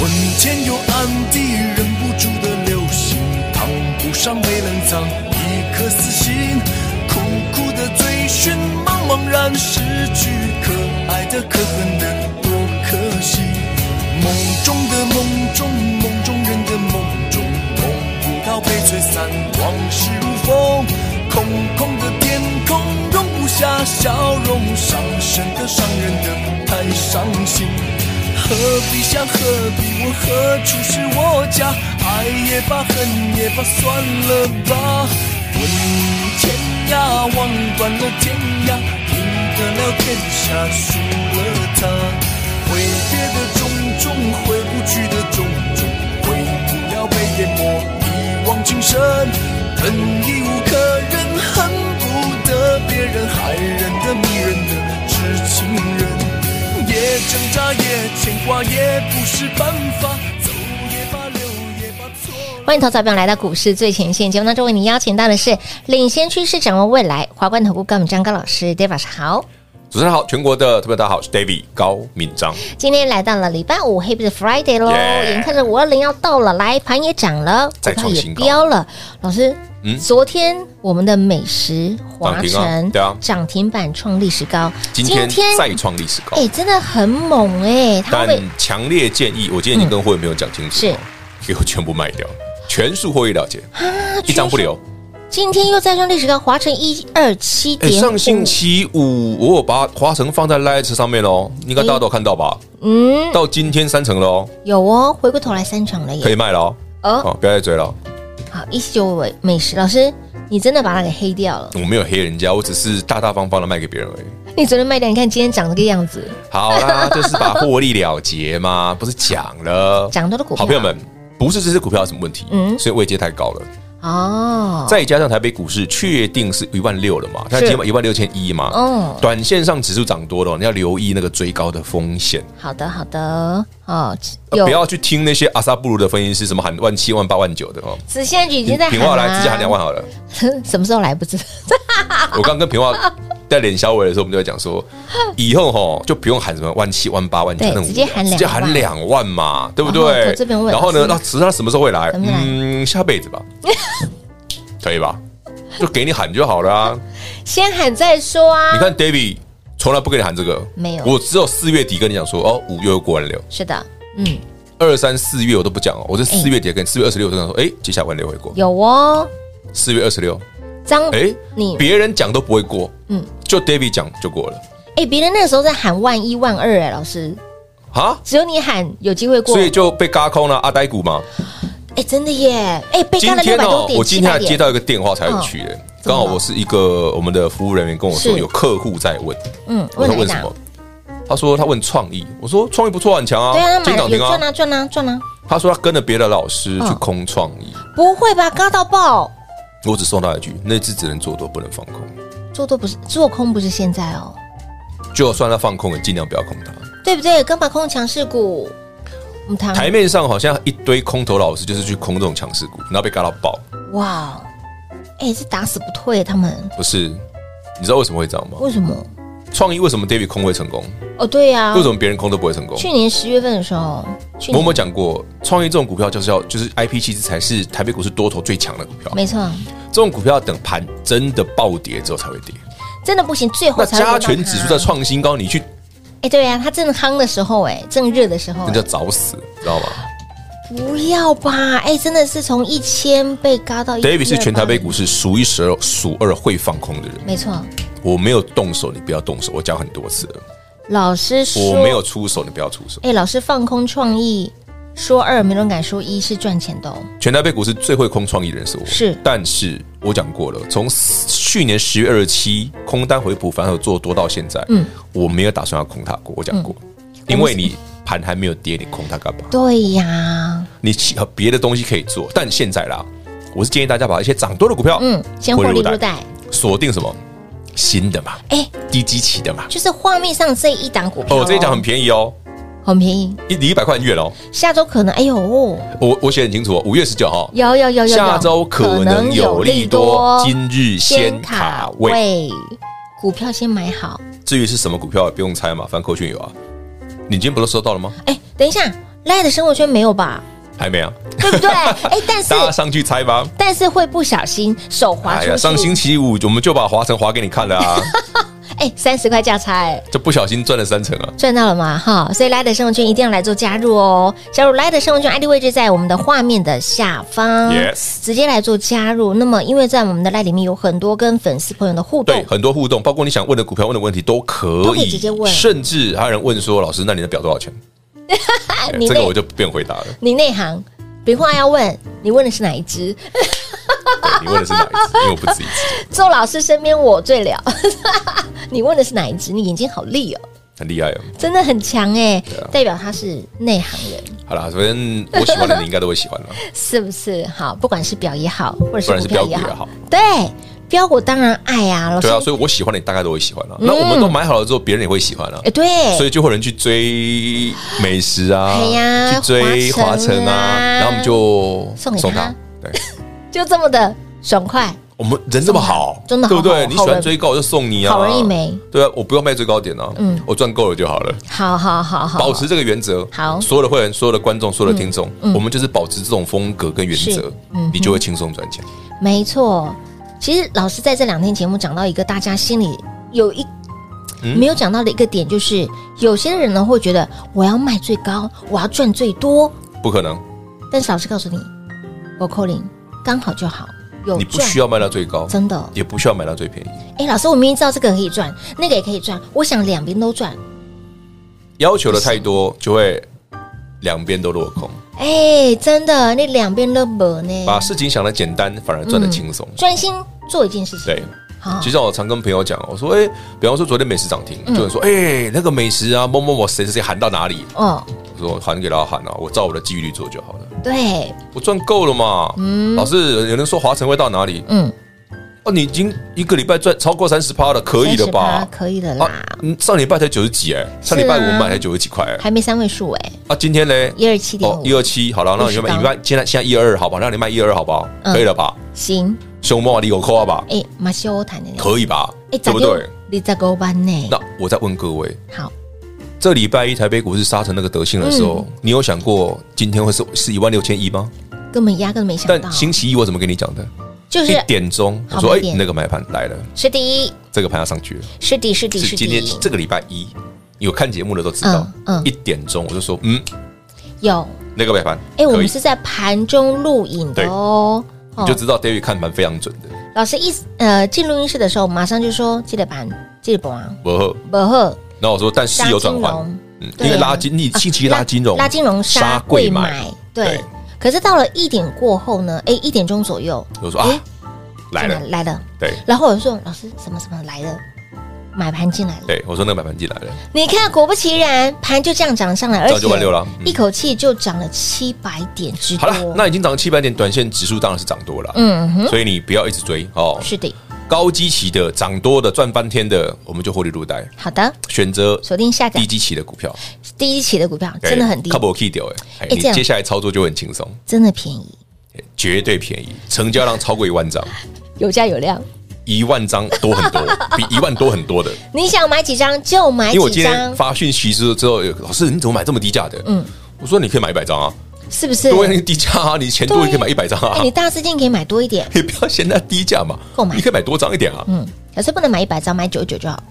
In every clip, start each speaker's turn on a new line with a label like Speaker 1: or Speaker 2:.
Speaker 1: 问天又暗地，忍不住的流星，烫不上没冷藏，一颗死心，苦苦的追寻，茫茫然失去，可爱的可恨的多可惜，梦中的梦中，梦中人的梦中，梦不到被吹散，往事如风，空空的天空容不下笑容，伤神的伤人的太伤心。何必想何必问何处是我家？爱也罢，恨也罢，算了吧。问天涯，望断了天涯，赢得了天下，输了他。挥别的种种，回不去的种种，回不了被淹没，一往情深，恨已无可忍，恨不得别人害人的迷人的痴情人。也挣扎，也牵挂，也不是办法。走也罢，留也罢，错了。
Speaker 2: 欢迎投资者朋友来到股市最前线节目当中，为您邀请到的是领先趋势、掌握未来华冠投顾高敏章高老师，David 老师好。
Speaker 3: 主持人好，全国的特别大家好，我是 David 高敏章。
Speaker 2: 今天来到了礼拜五，Happy Friday 喽
Speaker 3: Yeah
Speaker 2: 眼看着五二零要到了，来盘也涨了，股
Speaker 3: 再
Speaker 2: 票
Speaker 3: 创
Speaker 2: 也
Speaker 3: 新高
Speaker 2: 飙了。老师，
Speaker 3: 嗯
Speaker 2: 昨天我们的美食华
Speaker 3: 涨停啊
Speaker 2: 晨
Speaker 3: 对啊
Speaker 2: 涨停板创历史高，
Speaker 3: 今天再创历史高
Speaker 2: 哎、，真的很猛哎、它
Speaker 3: 但
Speaker 2: 会
Speaker 3: 强烈建议，我今天已经跟会员朋友讲清楚，
Speaker 2: 嗯是
Speaker 3: 哦给我全部卖掉，全数获益了结，
Speaker 2: 啊
Speaker 3: 一张不。留。
Speaker 2: 今天又再创历史高，华晨一二七
Speaker 3: 哎，
Speaker 2: 点
Speaker 3: 上星期五我有把华晨放在 Light 上面喽，应该大家都有看到吧？
Speaker 2: 嗯
Speaker 3: 到今天三成喽，
Speaker 2: 有哦，回过头来三场了
Speaker 3: 可以
Speaker 2: 耶。
Speaker 3: 卖喽。
Speaker 2: 哦，
Speaker 3: 哦，不要再追了，
Speaker 2: 好，一七九尾美食老师，你真的把它给黑掉了。
Speaker 3: 我没有黑人家，我只是大大方方的卖给别人而已。
Speaker 2: 你昨天卖掉，你看今天长这个样子，
Speaker 3: 好 啦，就是把获利了结嘛，不是讲了？
Speaker 2: 涨多的股票。
Speaker 3: 好朋友们，不是这些股票有什么问题，
Speaker 2: 嗯
Speaker 3: 所以位阶太高了。
Speaker 2: 哦，
Speaker 3: 再加上台北股市确定是一万六了嘛，它
Speaker 2: 是
Speaker 3: 今晚一万六千一嘛，
Speaker 2: 哦
Speaker 3: 短线上指数涨多了，你要留意那个追高的风险，
Speaker 2: 好的，好的，哦，
Speaker 3: 呃不要去听那些阿萨布鲁的分析师什么喊万七万八万九的哦。
Speaker 2: 子现局已经在
Speaker 3: 平话
Speaker 2: 喊
Speaker 3: 来
Speaker 2: 啦
Speaker 3: 直接喊两万，好了。
Speaker 2: 什么时候来不知道， 啊
Speaker 3: 我刚刚跟平话在脸消委的时候，我们就在讲 说，以后吼就不用喊什么万七万八万九
Speaker 2: 对
Speaker 3: 那种无聊，
Speaker 2: 直接喊两万
Speaker 3: 直接喊两万嘛，对不
Speaker 2: 然后
Speaker 3: 对
Speaker 2: 投资朋友？问
Speaker 3: 然后呢，
Speaker 2: 老
Speaker 3: 那迟它什么时候会来？
Speaker 2: 什么时候来
Speaker 3: 嗯，下辈 子吧，可以吧？就给你喊就好了啊。
Speaker 2: 先喊再说啊。
Speaker 3: 你看 David 从来不跟你喊这个，
Speaker 2: 没有
Speaker 3: 我只有四月底跟你讲说，哦，五月会过完流，
Speaker 2: 是的，嗯，
Speaker 3: 二三四月我都不讲哦，我是四月底跟四月二十六跟他说，哎，接下来万流会过，
Speaker 2: 哎有哦，
Speaker 3: 四月二十六，
Speaker 2: 张，
Speaker 3: 哎，
Speaker 2: 你
Speaker 3: 别人讲都不会过，
Speaker 2: 嗯
Speaker 3: 嗯，就 David 讲就过了
Speaker 2: 哎，别人那个时候在喊万一万二，哎，老师，
Speaker 3: 啊，
Speaker 2: 只有你喊有机会过
Speaker 3: 所，以就被嘎空了阿呆股嘛。
Speaker 2: 哎，真的耶，哎，被
Speaker 3: 今
Speaker 2: 干了六
Speaker 3: 天
Speaker 2: 百多
Speaker 3: 哦，
Speaker 2: 点，
Speaker 3: 我今天
Speaker 2: 700
Speaker 3: 还
Speaker 2: 点嗯
Speaker 3: 接，到一个电话才有趣的，
Speaker 2: 怎
Speaker 3: 刚
Speaker 2: 么了
Speaker 3: 好我是一个我们的服务人员跟我说
Speaker 2: 是
Speaker 3: 有客户在问，
Speaker 2: 嗯，
Speaker 3: 我
Speaker 2: 问
Speaker 3: 说
Speaker 2: 哪一
Speaker 3: 问什
Speaker 2: 档
Speaker 3: 么？？他说他问创意，我说创意不错，很强啊，
Speaker 2: 对啊，
Speaker 3: 今
Speaker 2: 买了
Speaker 3: 天涨
Speaker 2: 有
Speaker 3: 停啊
Speaker 2: 赚。啊赚啊赚啊，
Speaker 3: 他说他跟了别的老师
Speaker 2: 嗯
Speaker 3: 去空创意，
Speaker 2: 不会吧？高到爆，
Speaker 3: 我只送他一句：那只只能做多，不能放空。
Speaker 2: 做多不是做空不是现在哦，
Speaker 3: 就算他放空，也尽量不要空它。
Speaker 2: 对不对？刚把空强势股，我们谈
Speaker 3: 台面上好像一堆空头老师就是去空这种强势股，然后被嘎到爆。
Speaker 2: 哇，哎、是打死不退他们，
Speaker 3: 不是，你知道为什么会这样吗？
Speaker 2: 为什么？
Speaker 3: 创意为什么 David 空会成功？
Speaker 2: 哦，对呀、啊
Speaker 3: 为，什么别人空都不会成功？
Speaker 2: 去年十月份的时候，去
Speaker 3: 我有
Speaker 2: 年
Speaker 3: 没有讲过，创意这种股票就是要就是 IP 其实才是台北股市多头最强的股票。
Speaker 2: 没错，
Speaker 3: 这种股票要等盘真的暴跌之后才会跌。
Speaker 2: 真的不行，最后
Speaker 3: 那
Speaker 2: 哦才会
Speaker 3: 加
Speaker 2: 轮到
Speaker 3: 权
Speaker 2: 他
Speaker 3: 指数在，创新高，你去
Speaker 2: 哎、哎，对啊，它正夯的时候，哎，正热的时候
Speaker 3: 那，叫早死，知道吗
Speaker 2: 不要吧，哎，真的是从一千被嘎到
Speaker 3: ？David 是全台北股
Speaker 2: 市，
Speaker 3: 市数一数二、数二会放空的人。
Speaker 2: 没错。
Speaker 3: 我没有动手，你不要动手。我讲很多次了，
Speaker 2: 老师说，
Speaker 3: 我没有出手，你不要出手。
Speaker 2: 哎，老师放空创意，说二没人敢说一是赚钱的、哦，
Speaker 3: 全台北股市最会空创意的人是我，
Speaker 2: 是
Speaker 3: 但是我讲过了，从去年十月二十七空单回补，反手做多到现在，
Speaker 2: 嗯，
Speaker 3: 我没有打算要空它过，我讲过，因为你盘还没有跌，你空它干嘛？
Speaker 2: 对呀，
Speaker 3: 你其呃别的东西可以做，但现在啦，我是建议大家把一些涨多的股票，
Speaker 2: 嗯，先获利入袋，
Speaker 3: 锁定什么新的嘛，
Speaker 2: 哎，
Speaker 3: 低基期的嘛，
Speaker 2: 就是画面上这一档股票、
Speaker 3: 哦，这一讲很便宜哦，
Speaker 2: 很便宜，
Speaker 3: 一一百块很远哦，
Speaker 2: 下周可能，哎呦，
Speaker 3: 我我写得很清楚哦，五月十九号，
Speaker 2: 有有有有有，
Speaker 3: 下周可能有利多，今日先卡位。
Speaker 2: 位，股票先买好。
Speaker 3: 至于是什么股票，不用猜嘛，反正扣讯有啊。你今天不都收到了吗？
Speaker 2: 哎，等一下，赖的生活圈没有吧？
Speaker 3: 还没啊，
Speaker 2: 对 不对？哎，但是
Speaker 3: 大家上去猜吧。
Speaker 2: 但是会不小心手滑出去，
Speaker 3: 哎上星期五我们就把华晨划给你看了 啊，
Speaker 2: 哎，三十块价差哎。
Speaker 3: 这不小心赚了三成啊。
Speaker 2: 赚到了嘛哈，所以 Light 的生活圈一定要来做加入哦。加入 Light 的生活圈 ID 位置在我们的画面的下方
Speaker 3: Yes
Speaker 2: 直接来做加入。那么因为在我们的 Light 里面有很多跟粉丝朋友的互动
Speaker 3: 对，，很多互动，包括你想问的股票、问的问题都可以，
Speaker 2: 都可以直接问
Speaker 3: 甚至还有人问说：“老师，那你的表多少钱？”
Speaker 2: 哎
Speaker 3: 哎
Speaker 2: 你
Speaker 3: 这个我
Speaker 2: 内
Speaker 3: 就不用回答了。
Speaker 2: 你内行，别话要问，你问的是哪一支？
Speaker 3: 对你问的是哪一只？因为我不止一只，
Speaker 2: 周老师身边我最了， 你问的是哪一支？你眼睛好利哦，
Speaker 3: 很厉害哦。
Speaker 2: 真的很强哎、
Speaker 3: 啊
Speaker 2: 代表他是内行人，
Speaker 3: 好啦，反正我喜欢的你应该都会 喜欢了。
Speaker 2: 是不是？好，不管是表也好，或者
Speaker 3: 不
Speaker 2: 是
Speaker 3: 然
Speaker 2: 股
Speaker 3: 是
Speaker 2: 票
Speaker 3: 标股
Speaker 2: 也
Speaker 3: 也
Speaker 2: 好，
Speaker 3: 好，
Speaker 2: 对。标股当然爱啊，老师
Speaker 3: 对啊，所以我喜欢的你大概都会喜欢
Speaker 2: 嗯
Speaker 3: 了。那我们都买好了之后，别人也会喜欢了
Speaker 2: 哎、。对，
Speaker 3: 所以就会有人去追美食啊，
Speaker 2: 哎呀
Speaker 3: 去追华
Speaker 2: 华
Speaker 3: 晨
Speaker 2: 城
Speaker 3: 啊
Speaker 2: 啊，
Speaker 3: 然后我们就
Speaker 2: 送给他
Speaker 3: 对，
Speaker 2: 就这么的爽快，
Speaker 3: 我们人这么好，
Speaker 2: 真的好
Speaker 3: 对不
Speaker 2: 好
Speaker 3: 对？
Speaker 2: 人
Speaker 3: 你喜欢追高我就送你啊，
Speaker 2: 好人一枚。
Speaker 3: 对啊，我不要卖最高点啊，
Speaker 2: 嗯
Speaker 3: 我赚够了就好了。
Speaker 2: 好好好好，
Speaker 3: 保持这个原则，
Speaker 2: 好嗯
Speaker 3: 所有的会员、所有的观众、所有的听众，我们就是保持这种风格跟原则
Speaker 2: 是嗯，
Speaker 3: 你就会轻松赚钱。
Speaker 2: 没错。其实老师在这两天节目讲到一个大家心里有一。
Speaker 3: 嗯
Speaker 2: 没有讲到的一个点就是，有些人呢会觉得我要卖最高，我要赚最多，
Speaker 3: 不可能，
Speaker 2: 但是老师告诉你，我扣零刚好就好，有
Speaker 3: 你不需
Speaker 2: 要
Speaker 3: 要卖到最高，
Speaker 2: 真的。
Speaker 3: 也不需要买到最便宜。
Speaker 2: 哎，老师，我明明知道这个可以赚，那个也可以赚，我想两边都赚。
Speaker 3: 要求的太多，就会两边都落空。
Speaker 2: 哎，真的，那两边都没呢。
Speaker 3: 把事情想的简单，反而赚的轻松。
Speaker 2: 专心做一件事情。
Speaker 3: 对，
Speaker 2: 好，
Speaker 3: 就像我常跟朋友讲，我说，哎、比方说昨天美食涨停，就有人说，哎、那个美食啊，某某某谁谁谁喊到哪里？
Speaker 2: 哦，
Speaker 3: 我说喊给大家喊啊，我照我的纪律做就好了，
Speaker 2: 对，
Speaker 3: 我赚够了嘛。老师，有人说华晨会到哪里？
Speaker 2: 嗯，
Speaker 3: 哦，你已经一个礼拜赚超过三十趴了，可以了吧
Speaker 2: 30%？可以的啦，
Speaker 3: 啊，嗯上礼拜才九十几哎、上礼拜五我买才九十几块哎、
Speaker 2: 还没三位数哎，
Speaker 3: 啊，今天嘞，
Speaker 2: 一二七点
Speaker 3: 哦
Speaker 2: 五，
Speaker 3: 一二七，好了，那你
Speaker 2: 50
Speaker 3: 卖
Speaker 2: 刀
Speaker 3: 你卖，现在现在一二好吧，让你卖一二好不好？
Speaker 2: 嗯
Speaker 3: 可以了吧？
Speaker 2: 行，
Speaker 3: 熊猫啊，你有扣啊吧？
Speaker 2: 哎，马修谈的那个，
Speaker 3: 可以吧？
Speaker 2: 哎，
Speaker 3: 对不对？
Speaker 2: 你在勾班呢？
Speaker 3: 那我再问各位，
Speaker 2: 好，
Speaker 3: 这礼拜一台北股市杀成那个德性的时候，
Speaker 2: 嗯
Speaker 3: 你有想过今天会是是一万六千一吗？
Speaker 2: 根本压根没想到
Speaker 3: 但，星期一我怎么跟你讲的？
Speaker 2: 就是
Speaker 3: 一点钟，我
Speaker 2: 好
Speaker 3: 说
Speaker 2: 买
Speaker 3: 哎、
Speaker 2: 点
Speaker 3: 那个买盘来了，
Speaker 2: 是第一，
Speaker 3: 这个盘要上去了，
Speaker 2: 是第一，是第一，
Speaker 3: 是
Speaker 2: 是
Speaker 3: 今
Speaker 2: 第
Speaker 3: 天
Speaker 2: 一，
Speaker 3: 这个礼拜一有看节目的都知道，
Speaker 2: 嗯嗯
Speaker 3: 一点钟我就说嗯，
Speaker 2: 有，
Speaker 3: 那个买盘可
Speaker 2: 哎，
Speaker 3: 以，
Speaker 2: 我们是在盘中录影的哦。
Speaker 3: 你就知道 David 看盘非常准的，
Speaker 2: 老师一呃进录音室的时候，马上就说记得盘，记得盘啊，
Speaker 3: 不后，
Speaker 2: 不喝
Speaker 3: 然后我说但是有转
Speaker 2: 拉
Speaker 3: 换
Speaker 2: 金融，
Speaker 3: 嗯，
Speaker 2: 对
Speaker 3: 因
Speaker 2: 啊
Speaker 3: 为拉金，你星期一拉金融，
Speaker 2: 拉金融杀贵买，对
Speaker 3: 对。
Speaker 2: 可是到了一点过后呢，哎，一点钟左右，
Speaker 3: 我说啊
Speaker 2: 哎
Speaker 3: 来了，
Speaker 2: 来了。
Speaker 3: 对
Speaker 2: 然后我就说老师什么什么来了，买盘进来了。
Speaker 3: 对，我说那个买盘进来了，
Speaker 2: 你看，果不其然，盘就这样涨上来，而
Speaker 3: 这样
Speaker 2: 且
Speaker 3: 就万六了嗯
Speaker 2: 一口气就涨了七百点之
Speaker 3: 好
Speaker 2: 多。
Speaker 3: 了，那已经涨了七百点，短线指数当然是涨多了，
Speaker 2: 嗯哼，
Speaker 3: 所以你不要一直追哦，
Speaker 2: 是的，
Speaker 3: 高基期的、涨多的、赚翻天的，我们就获利入袋，
Speaker 2: 好的，
Speaker 3: 选择
Speaker 2: 锁定下档
Speaker 3: 低基期的股票，哎
Speaker 2: 第一期的股票真的很低，
Speaker 3: ，couple key 掉哎，
Speaker 2: 哎
Speaker 3: 你
Speaker 2: 这样
Speaker 3: 接下来操作就很轻松，
Speaker 2: 真的便宜，
Speaker 3: 哎绝对便宜，成交量超过一万 张，
Speaker 2: 有价有量。
Speaker 3: 一万张多 很多，比一万多很多的。
Speaker 2: 你想买几张就买
Speaker 3: 因为我
Speaker 2: 几
Speaker 3: 今天
Speaker 2: 张，
Speaker 3: 发讯息之后，之后有老师你怎么买这么低价的？嗯，我说你可以买一百张啊，
Speaker 2: 是不是？
Speaker 3: 对，你低价啊，你钱多
Speaker 2: 对
Speaker 3: 你可以买一百张啊
Speaker 2: 哎，，你大资金可以买多一点，
Speaker 3: 你不要嫌它低价嘛
Speaker 2: 购，买嗯
Speaker 3: 你可以买多张一点啊，
Speaker 2: 嗯，可是不能买一百张，买九十九就好。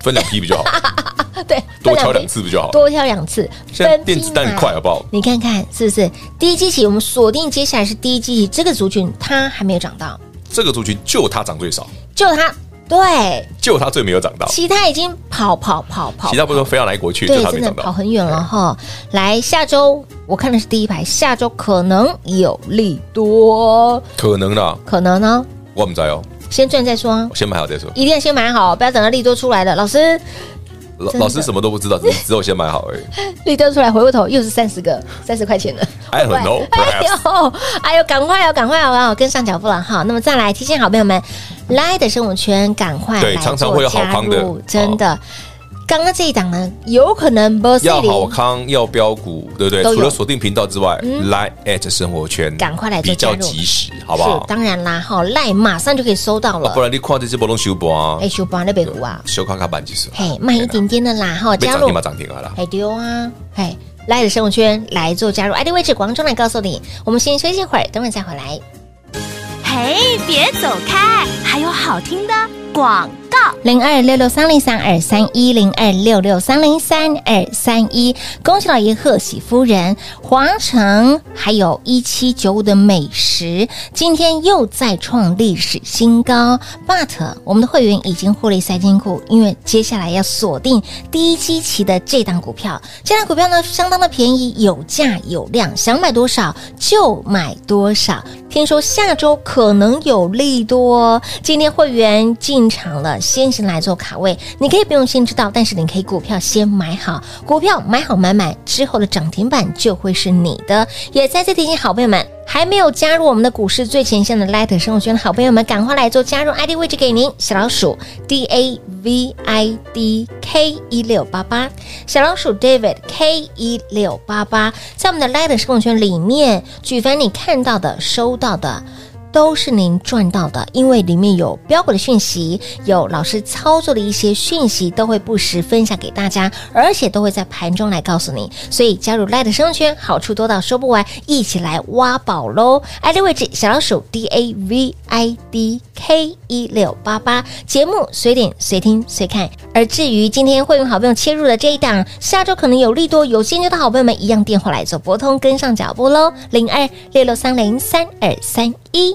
Speaker 3: 分两批不就好？
Speaker 2: 对，
Speaker 3: 多
Speaker 2: 分
Speaker 3: 敲两
Speaker 2: 批
Speaker 3: 次不就好了？
Speaker 2: 多挑两次，
Speaker 3: 现在
Speaker 2: 分批
Speaker 3: 电子弹
Speaker 2: 买
Speaker 3: 快好不好？
Speaker 2: 你看看是不是第一季起，我们锁定接下来是第一季起这个族群，它还没有涨到，
Speaker 3: 这个族群就它涨最少，
Speaker 2: 就它对，
Speaker 3: 就它最没有涨到，
Speaker 2: 其他已经跑跑跑跑，
Speaker 3: 其他不是都飞到哪里国去，就
Speaker 2: 对，
Speaker 3: 它没
Speaker 2: 真的
Speaker 3: 涨
Speaker 2: 跑
Speaker 3: 到。
Speaker 2: 很远了哈。来，下周我看的是第一排，下周可能有利多，
Speaker 3: 可能啦，
Speaker 2: 可能呢，
Speaker 3: 我们在哦，
Speaker 2: 先赚再说啊，
Speaker 3: 我先买好再说。
Speaker 2: 一定要先买好，不要等到利多出来了。老师，
Speaker 3: 老
Speaker 2: 真的
Speaker 3: 老师什么都不知道，只只有先买好 而已。
Speaker 2: 利多出来回过头又是三十个，三十块 钱了。
Speaker 3: I don't know,
Speaker 2: 哎
Speaker 3: perhaps。
Speaker 2: 呦，哎呦，赶快哦，赶快哦，跟上脚步了哈。那么再来提醒好朋友们，来的生活圈赶快
Speaker 3: 对
Speaker 2: 来
Speaker 3: 常常
Speaker 2: 做
Speaker 3: 会有好
Speaker 2: 加
Speaker 3: 康的哦
Speaker 2: 入真的。刚刚这一档呢，有可能 b o s
Speaker 3: 要好
Speaker 2: 零，
Speaker 3: 康，要标股，对不对？
Speaker 2: 都有嗯
Speaker 3: 除了锁定频道之外，来 at 生活圈，
Speaker 2: 赶快来做
Speaker 3: 比
Speaker 2: 加
Speaker 3: 较
Speaker 2: 入
Speaker 3: 及时，好不好
Speaker 2: 是？当然啦，哈，赖马上就可以收到
Speaker 3: 啊不
Speaker 2: 了。
Speaker 3: 然你看这只波动修波啊
Speaker 2: 哎，，修班那北湖啊，
Speaker 3: 修卡卡板技术，
Speaker 2: 嘿，慢一点点的啦，哈，
Speaker 3: 没
Speaker 2: 加
Speaker 3: 涨
Speaker 2: 入
Speaker 3: 停嘛，涨停啊啦。
Speaker 2: 哎丢啊，嘿，来的生活圈来做加入，ID 哎位置广中来告诉你。我们先休息一会儿，等会儿再回来。
Speaker 4: 嘿，别走开，还有好听的广告。
Speaker 2: 零二六六三零三二三一零二六六三零三二三一，恭喜老爷贺喜夫人，华城还有一七九五的美食，今天又再创历史新高。But 我们的会员已经获利塞金库，因为接下来要锁定第一期期的这档股票，这档股票呢相当的便宜，有价有量，想买多少就买多少。听说下周可能有利多、哦，今天会员进场了，先行来做卡位，你可以不用先知道，但是你可以股票先买好，股票买好买满之后的涨停板就会是你的。也再次提醒好朋友们。还没有加入我们的股市最前线的 Light 生活圈的好朋友们，赶快来做加入 ID 位置给您，小老鼠 D A V I D K 一六八八，小老鼠 David K 一六八八，在我们的 Light 生活圈里面，举凡你看到的、收到的。都是您赚到的，因为里面有标股的讯息，有老师操作的一些讯息，都会不时分享给大家，而且都会在盘中来告诉你。所以加入 Light 的生活圈，好处多到说不完，一起来挖宝喽！爱的位置小老鼠 D A V I D K 一六八八，节目随点随听随看。而至于今天会员好朋友切入的这一档，下周可能有利多有先牛的好朋友们，一样电话来做拨通，跟上脚步喽，零二六六三零三二三一。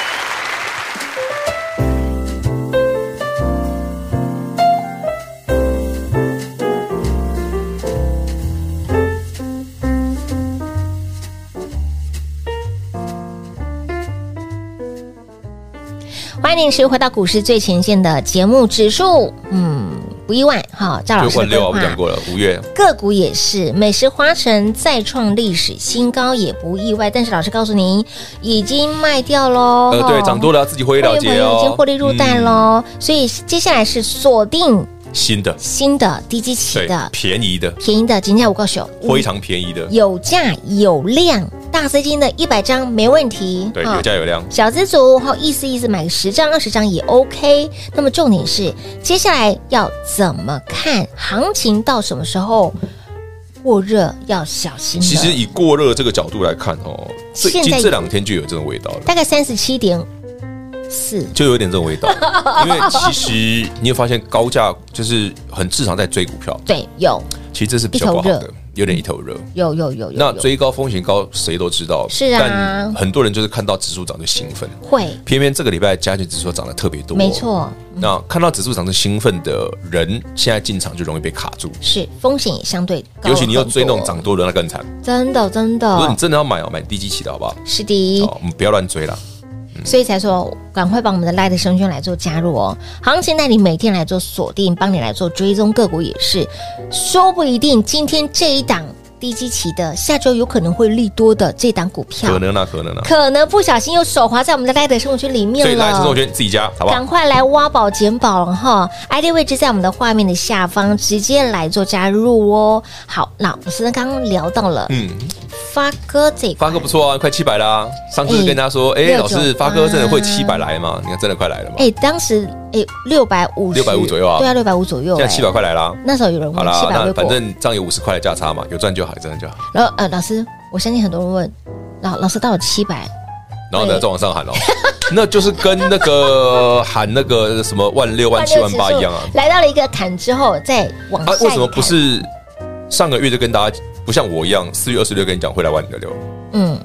Speaker 2: 欢迎您回到股市最前线的节目，指数嗯不意外哈，赵老
Speaker 3: 就
Speaker 2: 师的
Speaker 3: 换
Speaker 2: 规
Speaker 3: 六啊，我
Speaker 2: 划
Speaker 3: 们讲过了，五月
Speaker 2: 个股也是，美食花城再创历史新高也不意外，但是老师告诉您，已经卖掉喽。
Speaker 3: 呃对，涨多
Speaker 2: 了，
Speaker 3: 了自己会
Speaker 2: 会
Speaker 3: 了
Speaker 2: 员朋
Speaker 3: 解
Speaker 2: 友
Speaker 3: 哦，
Speaker 2: 已经获利入袋喽，所以接下来是锁定
Speaker 3: 嗯，新的，
Speaker 2: 新的低基期
Speaker 3: 对
Speaker 2: 的，嗯
Speaker 3: 便宜的，
Speaker 2: 便宜的，金价五个手，
Speaker 3: 非常便宜的，
Speaker 2: 有价有量，大资金的一百张没问题，
Speaker 3: 对，
Speaker 2: 哈
Speaker 3: 有价有量，
Speaker 2: 小资族后意思意思买个十张二十张也 OK。那么重点是接下来要怎么看行情到什么时候过热要小心了。
Speaker 3: 其实以过热这个角度来看哦，最
Speaker 2: 现在
Speaker 3: 近这两天就有这种味道了。
Speaker 2: 大概三十七点四，
Speaker 3: 就有点这种味道，因为其实你会发现高价就是很市场在追股票，
Speaker 2: 对，有
Speaker 3: 其实这是比较不好
Speaker 2: 一头
Speaker 3: 的
Speaker 2: 热，
Speaker 3: 有点一头热。
Speaker 2: 有有有有，
Speaker 3: 那
Speaker 2: 有
Speaker 3: 追高风险高，谁都知道，
Speaker 2: 是啊
Speaker 3: 但很多人就是看到指数涨就兴奋，
Speaker 2: 会
Speaker 3: 偏偏这个礼拜加权指数涨得特别多，
Speaker 2: 没。错，
Speaker 3: 那看到指数涨得兴奋的人，现在进场就容易被卡住，
Speaker 2: 是风险也相对高，
Speaker 3: 尤其你又追那种涨，多的，那更惨。
Speaker 2: 真的真
Speaker 3: 如果你
Speaker 2: 的
Speaker 3: 真的要买哦，买低基期的好不好？
Speaker 2: 是的。
Speaker 3: 哦，我们不要乱追啦。
Speaker 2: 所以才说赶快把我们的 Light 生圈来做加入哦。行情带你每天来做锁定，帮你来做追踪个股也是，说不一定今天这一档低基期的，下周有可能会利多的这档股票，
Speaker 3: 可能啊，可能啊。
Speaker 2: 可能不小心又手滑在我们的 Light 生活圈里面
Speaker 3: 所以来生活
Speaker 2: 了。
Speaker 3: 圈自己加，好不
Speaker 2: 赶
Speaker 3: 好？
Speaker 2: 快来挖宝捡宝了哈！ID 位置在我们的画面的下方，直接来做加入哦。好，那老师呢刚刚聊到了
Speaker 3: 嗯，
Speaker 2: 发哥这一块
Speaker 3: 发哥不错啊，快七百啦！上次跟大家说，哎、
Speaker 2: 哎
Speaker 3: 老师，
Speaker 2: 698
Speaker 3: 发哥真的会七百来吗？你看，真的快来了嘛？
Speaker 2: 哎、当时哎六百五
Speaker 3: 650左右啊
Speaker 2: 对啊，六百五左右、
Speaker 3: 现在七百
Speaker 2: 哎，
Speaker 3: 块来啦。
Speaker 2: 那时候有人
Speaker 3: 好
Speaker 2: 问
Speaker 3: 啦
Speaker 2: 七，百
Speaker 3: 那
Speaker 2: 会
Speaker 3: 反
Speaker 2: 过，
Speaker 3: 正这样有五十块的价差嘛，有赚就好，有赚就好。
Speaker 2: 然后呃，老师，我相信很多人问，老老师到底七百，
Speaker 3: 然后呢，
Speaker 2: 对
Speaker 3: 再往上喊哦，那就是跟那个喊那个什么万六、万七、万八一样啊。
Speaker 2: 来到了一个坎之后，再往
Speaker 3: 啊
Speaker 2: 下一，个
Speaker 3: 为什么不
Speaker 2: 坎？
Speaker 3: 是上个月就跟大家不像我一样，四月二十六跟你讲会来万六，
Speaker 2: 嗯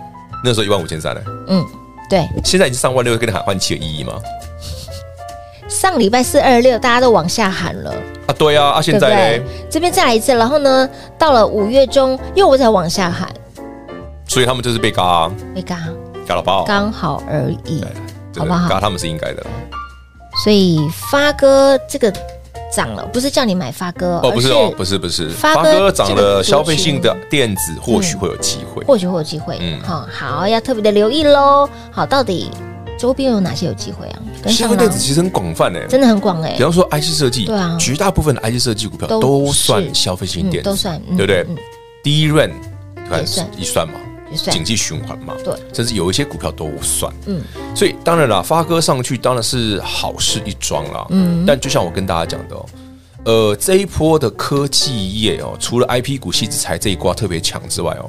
Speaker 3: 那时候一万五千三呢，
Speaker 2: 嗯，对，
Speaker 3: 现在已经上万六，跟你喊万七有意义吗？
Speaker 2: 上礼拜四二六大家都往下喊了，
Speaker 3: 啊，对啊，啊，
Speaker 2: 对
Speaker 3: 现
Speaker 2: 不
Speaker 3: 在
Speaker 2: 对
Speaker 3: 呢？？
Speaker 2: 这边再来一次，然后呢，到了五月中又再往下喊，
Speaker 3: 所以他们就是被嘎啊
Speaker 2: 没刚
Speaker 3: 嘎了爆，
Speaker 2: 刚好而已，
Speaker 3: 对
Speaker 2: 好不好
Speaker 3: 嘎他们是应该的啦。
Speaker 2: 所以发哥这个涨了，不是叫你买发哥，
Speaker 3: 嗯哦，不是哦，
Speaker 2: 而
Speaker 3: 不是不是，
Speaker 2: 发
Speaker 3: 发
Speaker 2: 哥
Speaker 3: 哥涨
Speaker 2: 这个族
Speaker 3: 了，
Speaker 2: 群
Speaker 3: 消费性的电子或许会有机会。
Speaker 2: 或许会有机会。
Speaker 3: 嗯
Speaker 2: 好、好，要特别的留意喽。好，到底周边有哪些有机会啊？跟
Speaker 3: 消
Speaker 2: 上
Speaker 3: 费
Speaker 2: 啦
Speaker 3: 电子，其实很广泛诶，
Speaker 2: 真的很广哎、
Speaker 3: 比方说 IC 设计，
Speaker 2: 对啊
Speaker 3: 绝大部分的 IC 设计股票
Speaker 2: 都
Speaker 3: 都
Speaker 2: 是
Speaker 3: 算消费性电子，
Speaker 2: 都算，嗯
Speaker 3: 对不对
Speaker 2: 嗯，
Speaker 3: 第一润，你看
Speaker 2: 也算
Speaker 3: 一算嘛，
Speaker 2: 也算
Speaker 3: 景气循环嘛，
Speaker 2: 对
Speaker 3: 甚至有一些股票都算，
Speaker 2: 嗯
Speaker 3: 嗯，所以当然啦，发哥上去当然是好事一桩啦，嗯，但就像我跟大家讲的哦。呃，这一波的科技业哦，除了 I P 股、细子材这一挂特别强之外哦，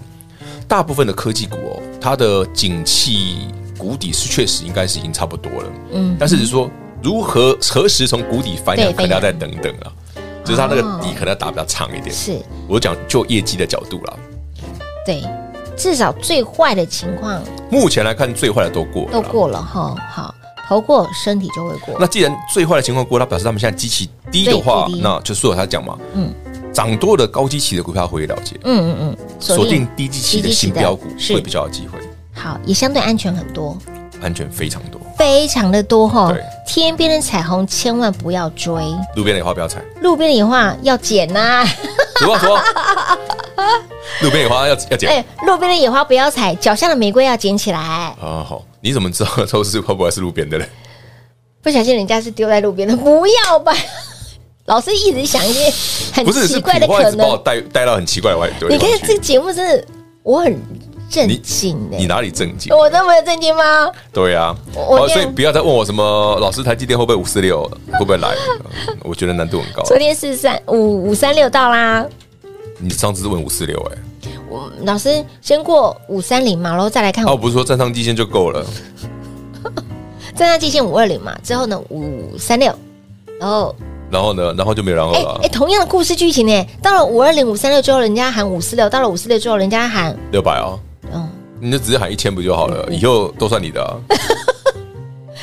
Speaker 3: 大部分的科技股哦，它的景气谷底是确实应该是已经差不多了，嗯，但是只是说如何何时从谷底翻扬，
Speaker 2: 对
Speaker 3: 可
Speaker 2: 翻
Speaker 3: 能要
Speaker 2: 扬
Speaker 3: 再等等了，就是它那个
Speaker 2: 哦
Speaker 3: 底可能要打比较长一点。
Speaker 2: 啊是
Speaker 3: 我讲就业绩的角度啦，
Speaker 2: 对，至少最坏的情况
Speaker 3: 目前来看最坏的都过了
Speaker 2: 都
Speaker 3: 啦，
Speaker 2: 过了哈。好，头过身体就会过。
Speaker 3: 那既然最坏的情况过，那表示他们现在机器低的话
Speaker 2: 对极低，
Speaker 3: 那就所有他讲嘛，
Speaker 2: 嗯
Speaker 3: 嗯，涨多的高基期的股票会了解，
Speaker 2: 嗯嗯嗯，
Speaker 3: 锁定低基期的新标股
Speaker 2: 是
Speaker 3: 会比较有机会，
Speaker 2: 好，也相对安全很多，
Speaker 3: 安全非常 多。
Speaker 2: 非常的多哈
Speaker 3: 对。
Speaker 2: 天边的彩虹千万不要追，
Speaker 3: 路边的花不要采，
Speaker 2: 路边的野花要捡呐、
Speaker 3: 俗话说， 路边的花要要捡
Speaker 2: 哎、路边的野花不要采，脚下的玫瑰要捡起来。
Speaker 3: 啊。好，你怎么知道都是会不会是路边的嘞？
Speaker 2: 不小心人家是丢在路边的，不要吧？ 老师一直想一些很
Speaker 3: 不是，
Speaker 2: 奇
Speaker 3: 是
Speaker 2: 怪的
Speaker 3: 苦瓜
Speaker 2: 可
Speaker 3: 一直把我
Speaker 2: 能。
Speaker 3: 带带到很奇怪的外地
Speaker 2: 你看这
Speaker 3: 方去。
Speaker 2: 节目真的，我很震惊哎、
Speaker 3: 你哪里哦正经？
Speaker 2: 我都没有震惊吗？
Speaker 3: 对呀、
Speaker 2: 我
Speaker 3: 好
Speaker 2: 我这样
Speaker 3: 所以不要再问我什么老师台积电会不会五四六，会不会来？ 嗯我觉得难度很高。
Speaker 2: 昨天是三五五三六到啦，
Speaker 3: 你上次是问五四六，哎，
Speaker 2: 我老师先过五三零嘛，然后再来看
Speaker 3: 哦，
Speaker 2: 我
Speaker 3: 不是说站上地线就够了，
Speaker 2: 站上季线五二零嘛，之后呢五三六，然后
Speaker 3: 然后呢，然后就没有然后
Speaker 2: 哎
Speaker 3: 了啊
Speaker 2: 哎，，同样的故事剧情呢、到了五二零五三六之后，人家喊五四六，到了五四六之后，人家喊
Speaker 3: 六百啊，
Speaker 2: 嗯，
Speaker 3: 你就直接喊一千不就好了？以后都算你的啊。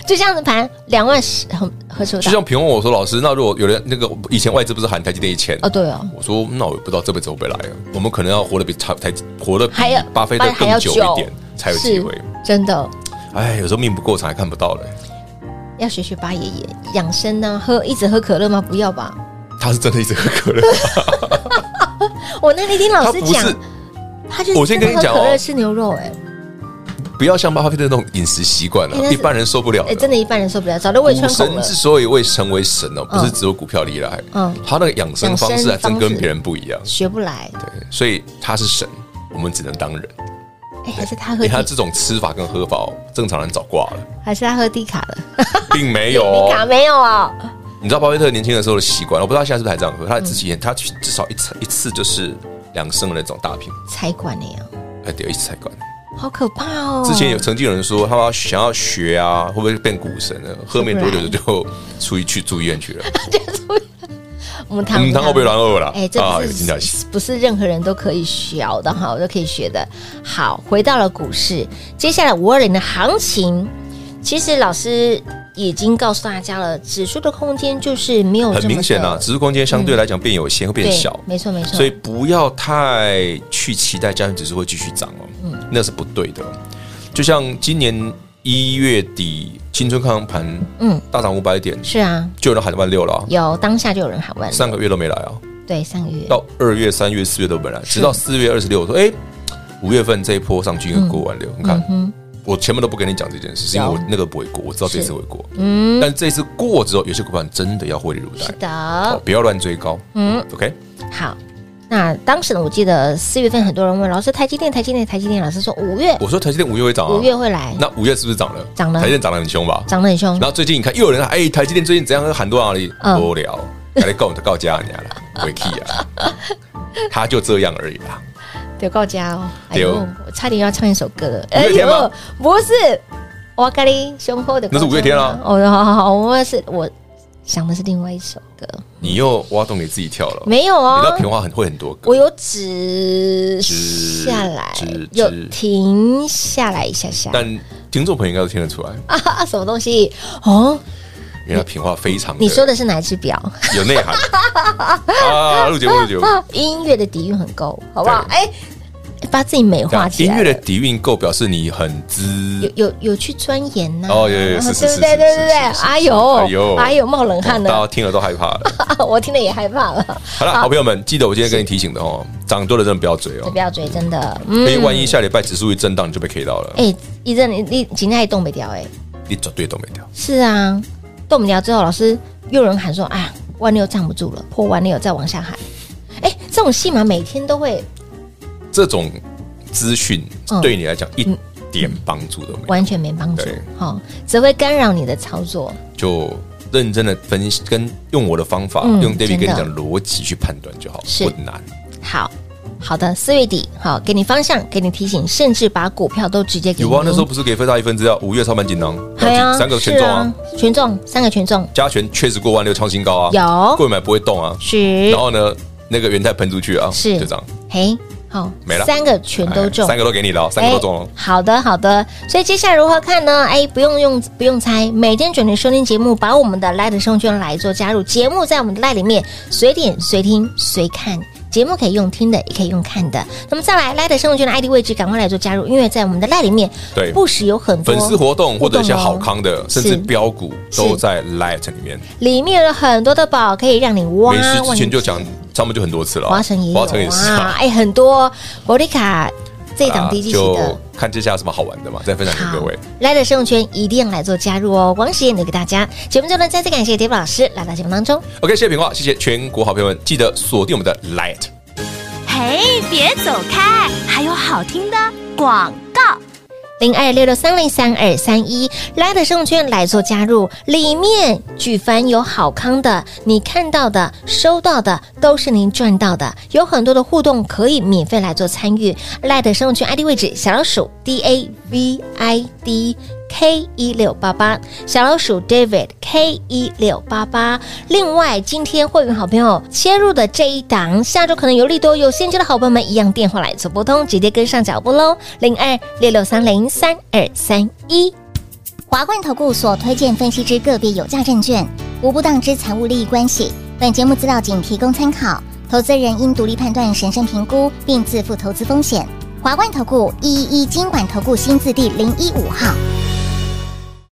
Speaker 2: 就这样子盘两万十很何愁
Speaker 3: 就
Speaker 2: 到？
Speaker 3: 像平问我说，老师，那如果有人那个以前外资不是喊台积电一千
Speaker 2: 哦，，对哦，
Speaker 3: 我说那我也不知道这辈子会不会来啊，我们可能要活得比台台活得比
Speaker 2: 还有
Speaker 3: 巴菲特
Speaker 2: 还要
Speaker 3: 更久一点
Speaker 2: 久
Speaker 3: 才有机会
Speaker 2: 是。真的
Speaker 3: 哎，有时候命不够长还看不到嘞，
Speaker 2: 要学学八爷爷养生呢、喝一直喝可乐吗？不要吧。
Speaker 3: 他是真的一直喝可乐。
Speaker 2: 我那天听老
Speaker 3: 他
Speaker 2: 师
Speaker 3: 不
Speaker 2: 讲，
Speaker 3: 是
Speaker 2: 他就是
Speaker 3: 我先跟你讲
Speaker 2: 真
Speaker 3: 哦
Speaker 2: 的喝可乐吃牛肉、哎
Speaker 3: 不要像巴菲特那种饮食习惯
Speaker 2: 哎那
Speaker 3: 了，
Speaker 2: 是
Speaker 3: 一般人受不了。
Speaker 2: 哎，真的，一般人受不了，早就胃
Speaker 3: 股
Speaker 2: 穿孔
Speaker 3: 神
Speaker 2: 了
Speaker 3: 之。所以会成为神哦，不是
Speaker 2: 嗯
Speaker 3: 只有股票里来，
Speaker 2: 嗯
Speaker 3: 他那个养生方式
Speaker 2: 养
Speaker 3: 还
Speaker 2: 生方
Speaker 3: 真
Speaker 2: 式
Speaker 3: 跟别人不一样，
Speaker 2: 学不来，
Speaker 3: 所以他是神，我们只能当人。
Speaker 2: 哎、还是他
Speaker 3: 你
Speaker 2: 喝
Speaker 3: 看
Speaker 2: 低，
Speaker 3: 这种吃法跟喝法哦，正常人早挂了，
Speaker 2: 还是他喝低卡了？
Speaker 3: 并没有哦
Speaker 2: 低卡没有哦，
Speaker 3: 你知道巴菲特年轻的时候的习惯，我不知道他现在是不是还这样喝。他之前他至少一次一次就是两升的那种大瓶，
Speaker 2: 才管那样，
Speaker 3: 还得一次才管。
Speaker 2: 好可怕哦。
Speaker 3: 之前有曾经有人说，他想要学啊，会不会变股神呢？喝没多久就出去去住医院去 了。
Speaker 2: 我们
Speaker 3: 嗯，
Speaker 2: 汤
Speaker 3: 汤后被软二了，
Speaker 2: 哎，这
Speaker 3: 有金
Speaker 2: 不
Speaker 3: 条
Speaker 2: 是、不是任何人都可以学的哈，我都可以学的。好，回到了股市，接下来五二零的行情，其实老师已经告诉大家了，指数的空间就是没有
Speaker 3: 很
Speaker 2: 这么
Speaker 3: 明显
Speaker 2: 的
Speaker 3: 啊，指数空间相对来讲变有限，会变
Speaker 2: 对
Speaker 3: 小，
Speaker 2: 没错没错。
Speaker 3: 所以不要太去期待加权指数会继续涨哦，
Speaker 2: 嗯
Speaker 3: 那是不对的哦。就像今年一月底青春康盘，
Speaker 2: 嗯
Speaker 3: 嗯，大涨五百点，
Speaker 2: 是啊，
Speaker 3: 就有人喊万六了啊，
Speaker 2: 有当下就有人喊问，
Speaker 3: 三个月都没来啊，
Speaker 2: 对，上个月
Speaker 3: 到二月、三月、四月都没来，直到四月二十六，我说哎，五月份这一波上去应该过万六，你看。我前面都不跟你讲这件事，是因为
Speaker 2: 嗯有
Speaker 3: 我那个不会过，我知道这次会过。嗯，但这次过之后，有些股票真的要获利入袋
Speaker 2: 是，
Speaker 3: 哦
Speaker 2: 的，
Speaker 3: 不要乱追高。嗯，OK，
Speaker 2: 好。那当时呢，我记得四月份很多人问老师台积电，台积电，台积电，老师说五月
Speaker 3: 我说台积电五月会涨啊，
Speaker 2: 五月会来，
Speaker 3: 那五月是不是涨了？
Speaker 2: 涨了
Speaker 3: 台积电涨得很凶吧？
Speaker 2: 涨得很凶
Speaker 3: 然。后最近你看又有人喊哎、台积电最近怎样喊多少里？
Speaker 2: 嗯
Speaker 3: 无聊，还在告你告家人家了，回去 啊，他就这样而已啦。
Speaker 2: 丢告家哦，哎
Speaker 3: 对
Speaker 2: 呦
Speaker 3: 哦，
Speaker 2: 我差点要唱一首歌了。哎
Speaker 3: 五月天吗
Speaker 2: 不是，我咖喱雄厚的告家，
Speaker 3: 那是五月天啊
Speaker 2: 哦，好好好，我是我想的是另外一首歌，
Speaker 3: 你又挖洞给自己跳了。
Speaker 2: 没有
Speaker 3: 你知道
Speaker 2: 哦。
Speaker 3: 平花很会很多歌，
Speaker 2: 我有指
Speaker 3: 指
Speaker 2: 下来
Speaker 3: 指，
Speaker 2: 有
Speaker 3: 指
Speaker 2: 停下来一下下
Speaker 3: 但听众朋友应该都听得出来，
Speaker 2: 啊， 什么东西？哦，
Speaker 3: 原来平花非常
Speaker 2: 你说的是哪一只表？
Speaker 3: 有内 涵啊！录节目录节目，
Speaker 2: 音乐的底蕴很够，好不好？
Speaker 3: 对啊
Speaker 2: 哎，把自己美化起
Speaker 3: 音
Speaker 2: 来了。
Speaker 3: 乐的底蕴够，表示你很
Speaker 2: 有
Speaker 3: 资。
Speaker 2: 有有去钻研呐、
Speaker 3: 哦有有有是是
Speaker 2: 对
Speaker 3: 是
Speaker 2: 不对？对
Speaker 3: 是
Speaker 2: 不对？
Speaker 3: 是是是
Speaker 2: 哎呦，
Speaker 3: 哎呦
Speaker 2: 哎呦，冒冷汗
Speaker 3: 哦大家
Speaker 2: 了，
Speaker 3: 听了都害怕 了。
Speaker 2: 我听了也害怕了。
Speaker 3: 好了，好朋友们，记得我今天跟你提醒的哦，涨多了真的不要追哦
Speaker 2: 不，要追，真的，嗯
Speaker 3: 因为万一下礼拜指数一震荡，你就被 K 到了，
Speaker 2: 哎、一阵你你今天也动不掉哎、
Speaker 3: 你绝对都没掉。
Speaker 2: 是啊，动不掉之后，老师又有人喊说，哎呀，万六站不住了，破万六再往下喊。哎、这种戏码每天都会，
Speaker 3: 这种资讯
Speaker 2: 嗯
Speaker 3: 对你来讲一点帮助都没有，
Speaker 2: 完全没帮助
Speaker 3: 对，
Speaker 2: 好、只会干扰你的操作。
Speaker 3: 就认真的分析，跟用我的方法，
Speaker 2: 嗯
Speaker 3: 用 David
Speaker 2: 真
Speaker 3: 跟你
Speaker 2: 的
Speaker 3: 讲逻辑去判断就好，
Speaker 2: 是
Speaker 3: 不难。
Speaker 2: 好好的，四月底好，给你方向，给你提醒，甚至把股票都直接给
Speaker 3: 有
Speaker 2: 你。
Speaker 3: 啊，那时候不是给飞大一份资料，五月上半锦囊，
Speaker 2: 对啊，
Speaker 3: 三个权重啊，
Speaker 2: 是啊，权重三个权重
Speaker 3: 加权确实过万六创新高啊，
Speaker 2: 有
Speaker 3: 贵买不会动啊，
Speaker 2: 是
Speaker 3: 然，后呢，那个元泰喷出去啊，
Speaker 2: 是
Speaker 3: 就这样，
Speaker 2: 嘿，好，
Speaker 3: 没了
Speaker 2: 三个全都中，
Speaker 3: 哎三个都给你了，三个都中了
Speaker 2: 哎。好的，好的。所以接下来如何看呢？哎，不用用，不用猜，每天准时收听节目，把我们的 Light 生圈来做加入。节目在我们的 Light 里面随点随听随看。节目可以用听的，也可以用看的。那么再来，Light 生活圈的 ID 位置赶快来做加入，因为在我们的 Light 里面，
Speaker 3: 对
Speaker 2: 不时有很多
Speaker 3: 粉丝活动或者一些
Speaker 2: 互动哦
Speaker 3: 好康的，甚至
Speaker 2: 是
Speaker 3: 标股都在 Light 里面。
Speaker 2: 里面有很多的宝可以让你挖。
Speaker 3: 没事之前就
Speaker 2: 哇
Speaker 3: 讲，他们就很多次了啊。
Speaker 2: 华晨也有
Speaker 3: 华晨也是啊。
Speaker 2: 哇哎，很多伯利卡这档低基期
Speaker 3: 就
Speaker 2: 的。
Speaker 3: 看接下来有什么好玩的嘛，再分享啊给各位。
Speaker 2: 来的生活圈一定要来做加入哦！光时也留给大家。节目中呢，再次感谢 David 老师来到节目当中。
Speaker 3: OK，谢谢平话，谢谢全国好朋友们，记得锁定我们的 Light。
Speaker 4: 嘿，别走开，还有好听的广告。
Speaker 2: 零二六六三零三二三一，拉的证券来做加入，里面举凡有好康的，你看到的、收到的，都是您赚到的，有很多的互动可以免费来做参与。赖的生券 ID 位置：小老鼠 D A V I D。K 一六八八小老鼠 David K 一六八八。另外，今天会员好朋友切入的这一档，下周可能有利多有现金的好朋友们，一样电话来做拨通，直接跟上脚步喽，零二六六三零三二三一。
Speaker 5: 华冠投顾所推荐分析之个别有价证券，无不当之财务利益关系。本节目资料仅提供参考，投资人应独立判断、审慎评估，并自负投资风险。华冠投顾一一一金管投顾新字第零一五号。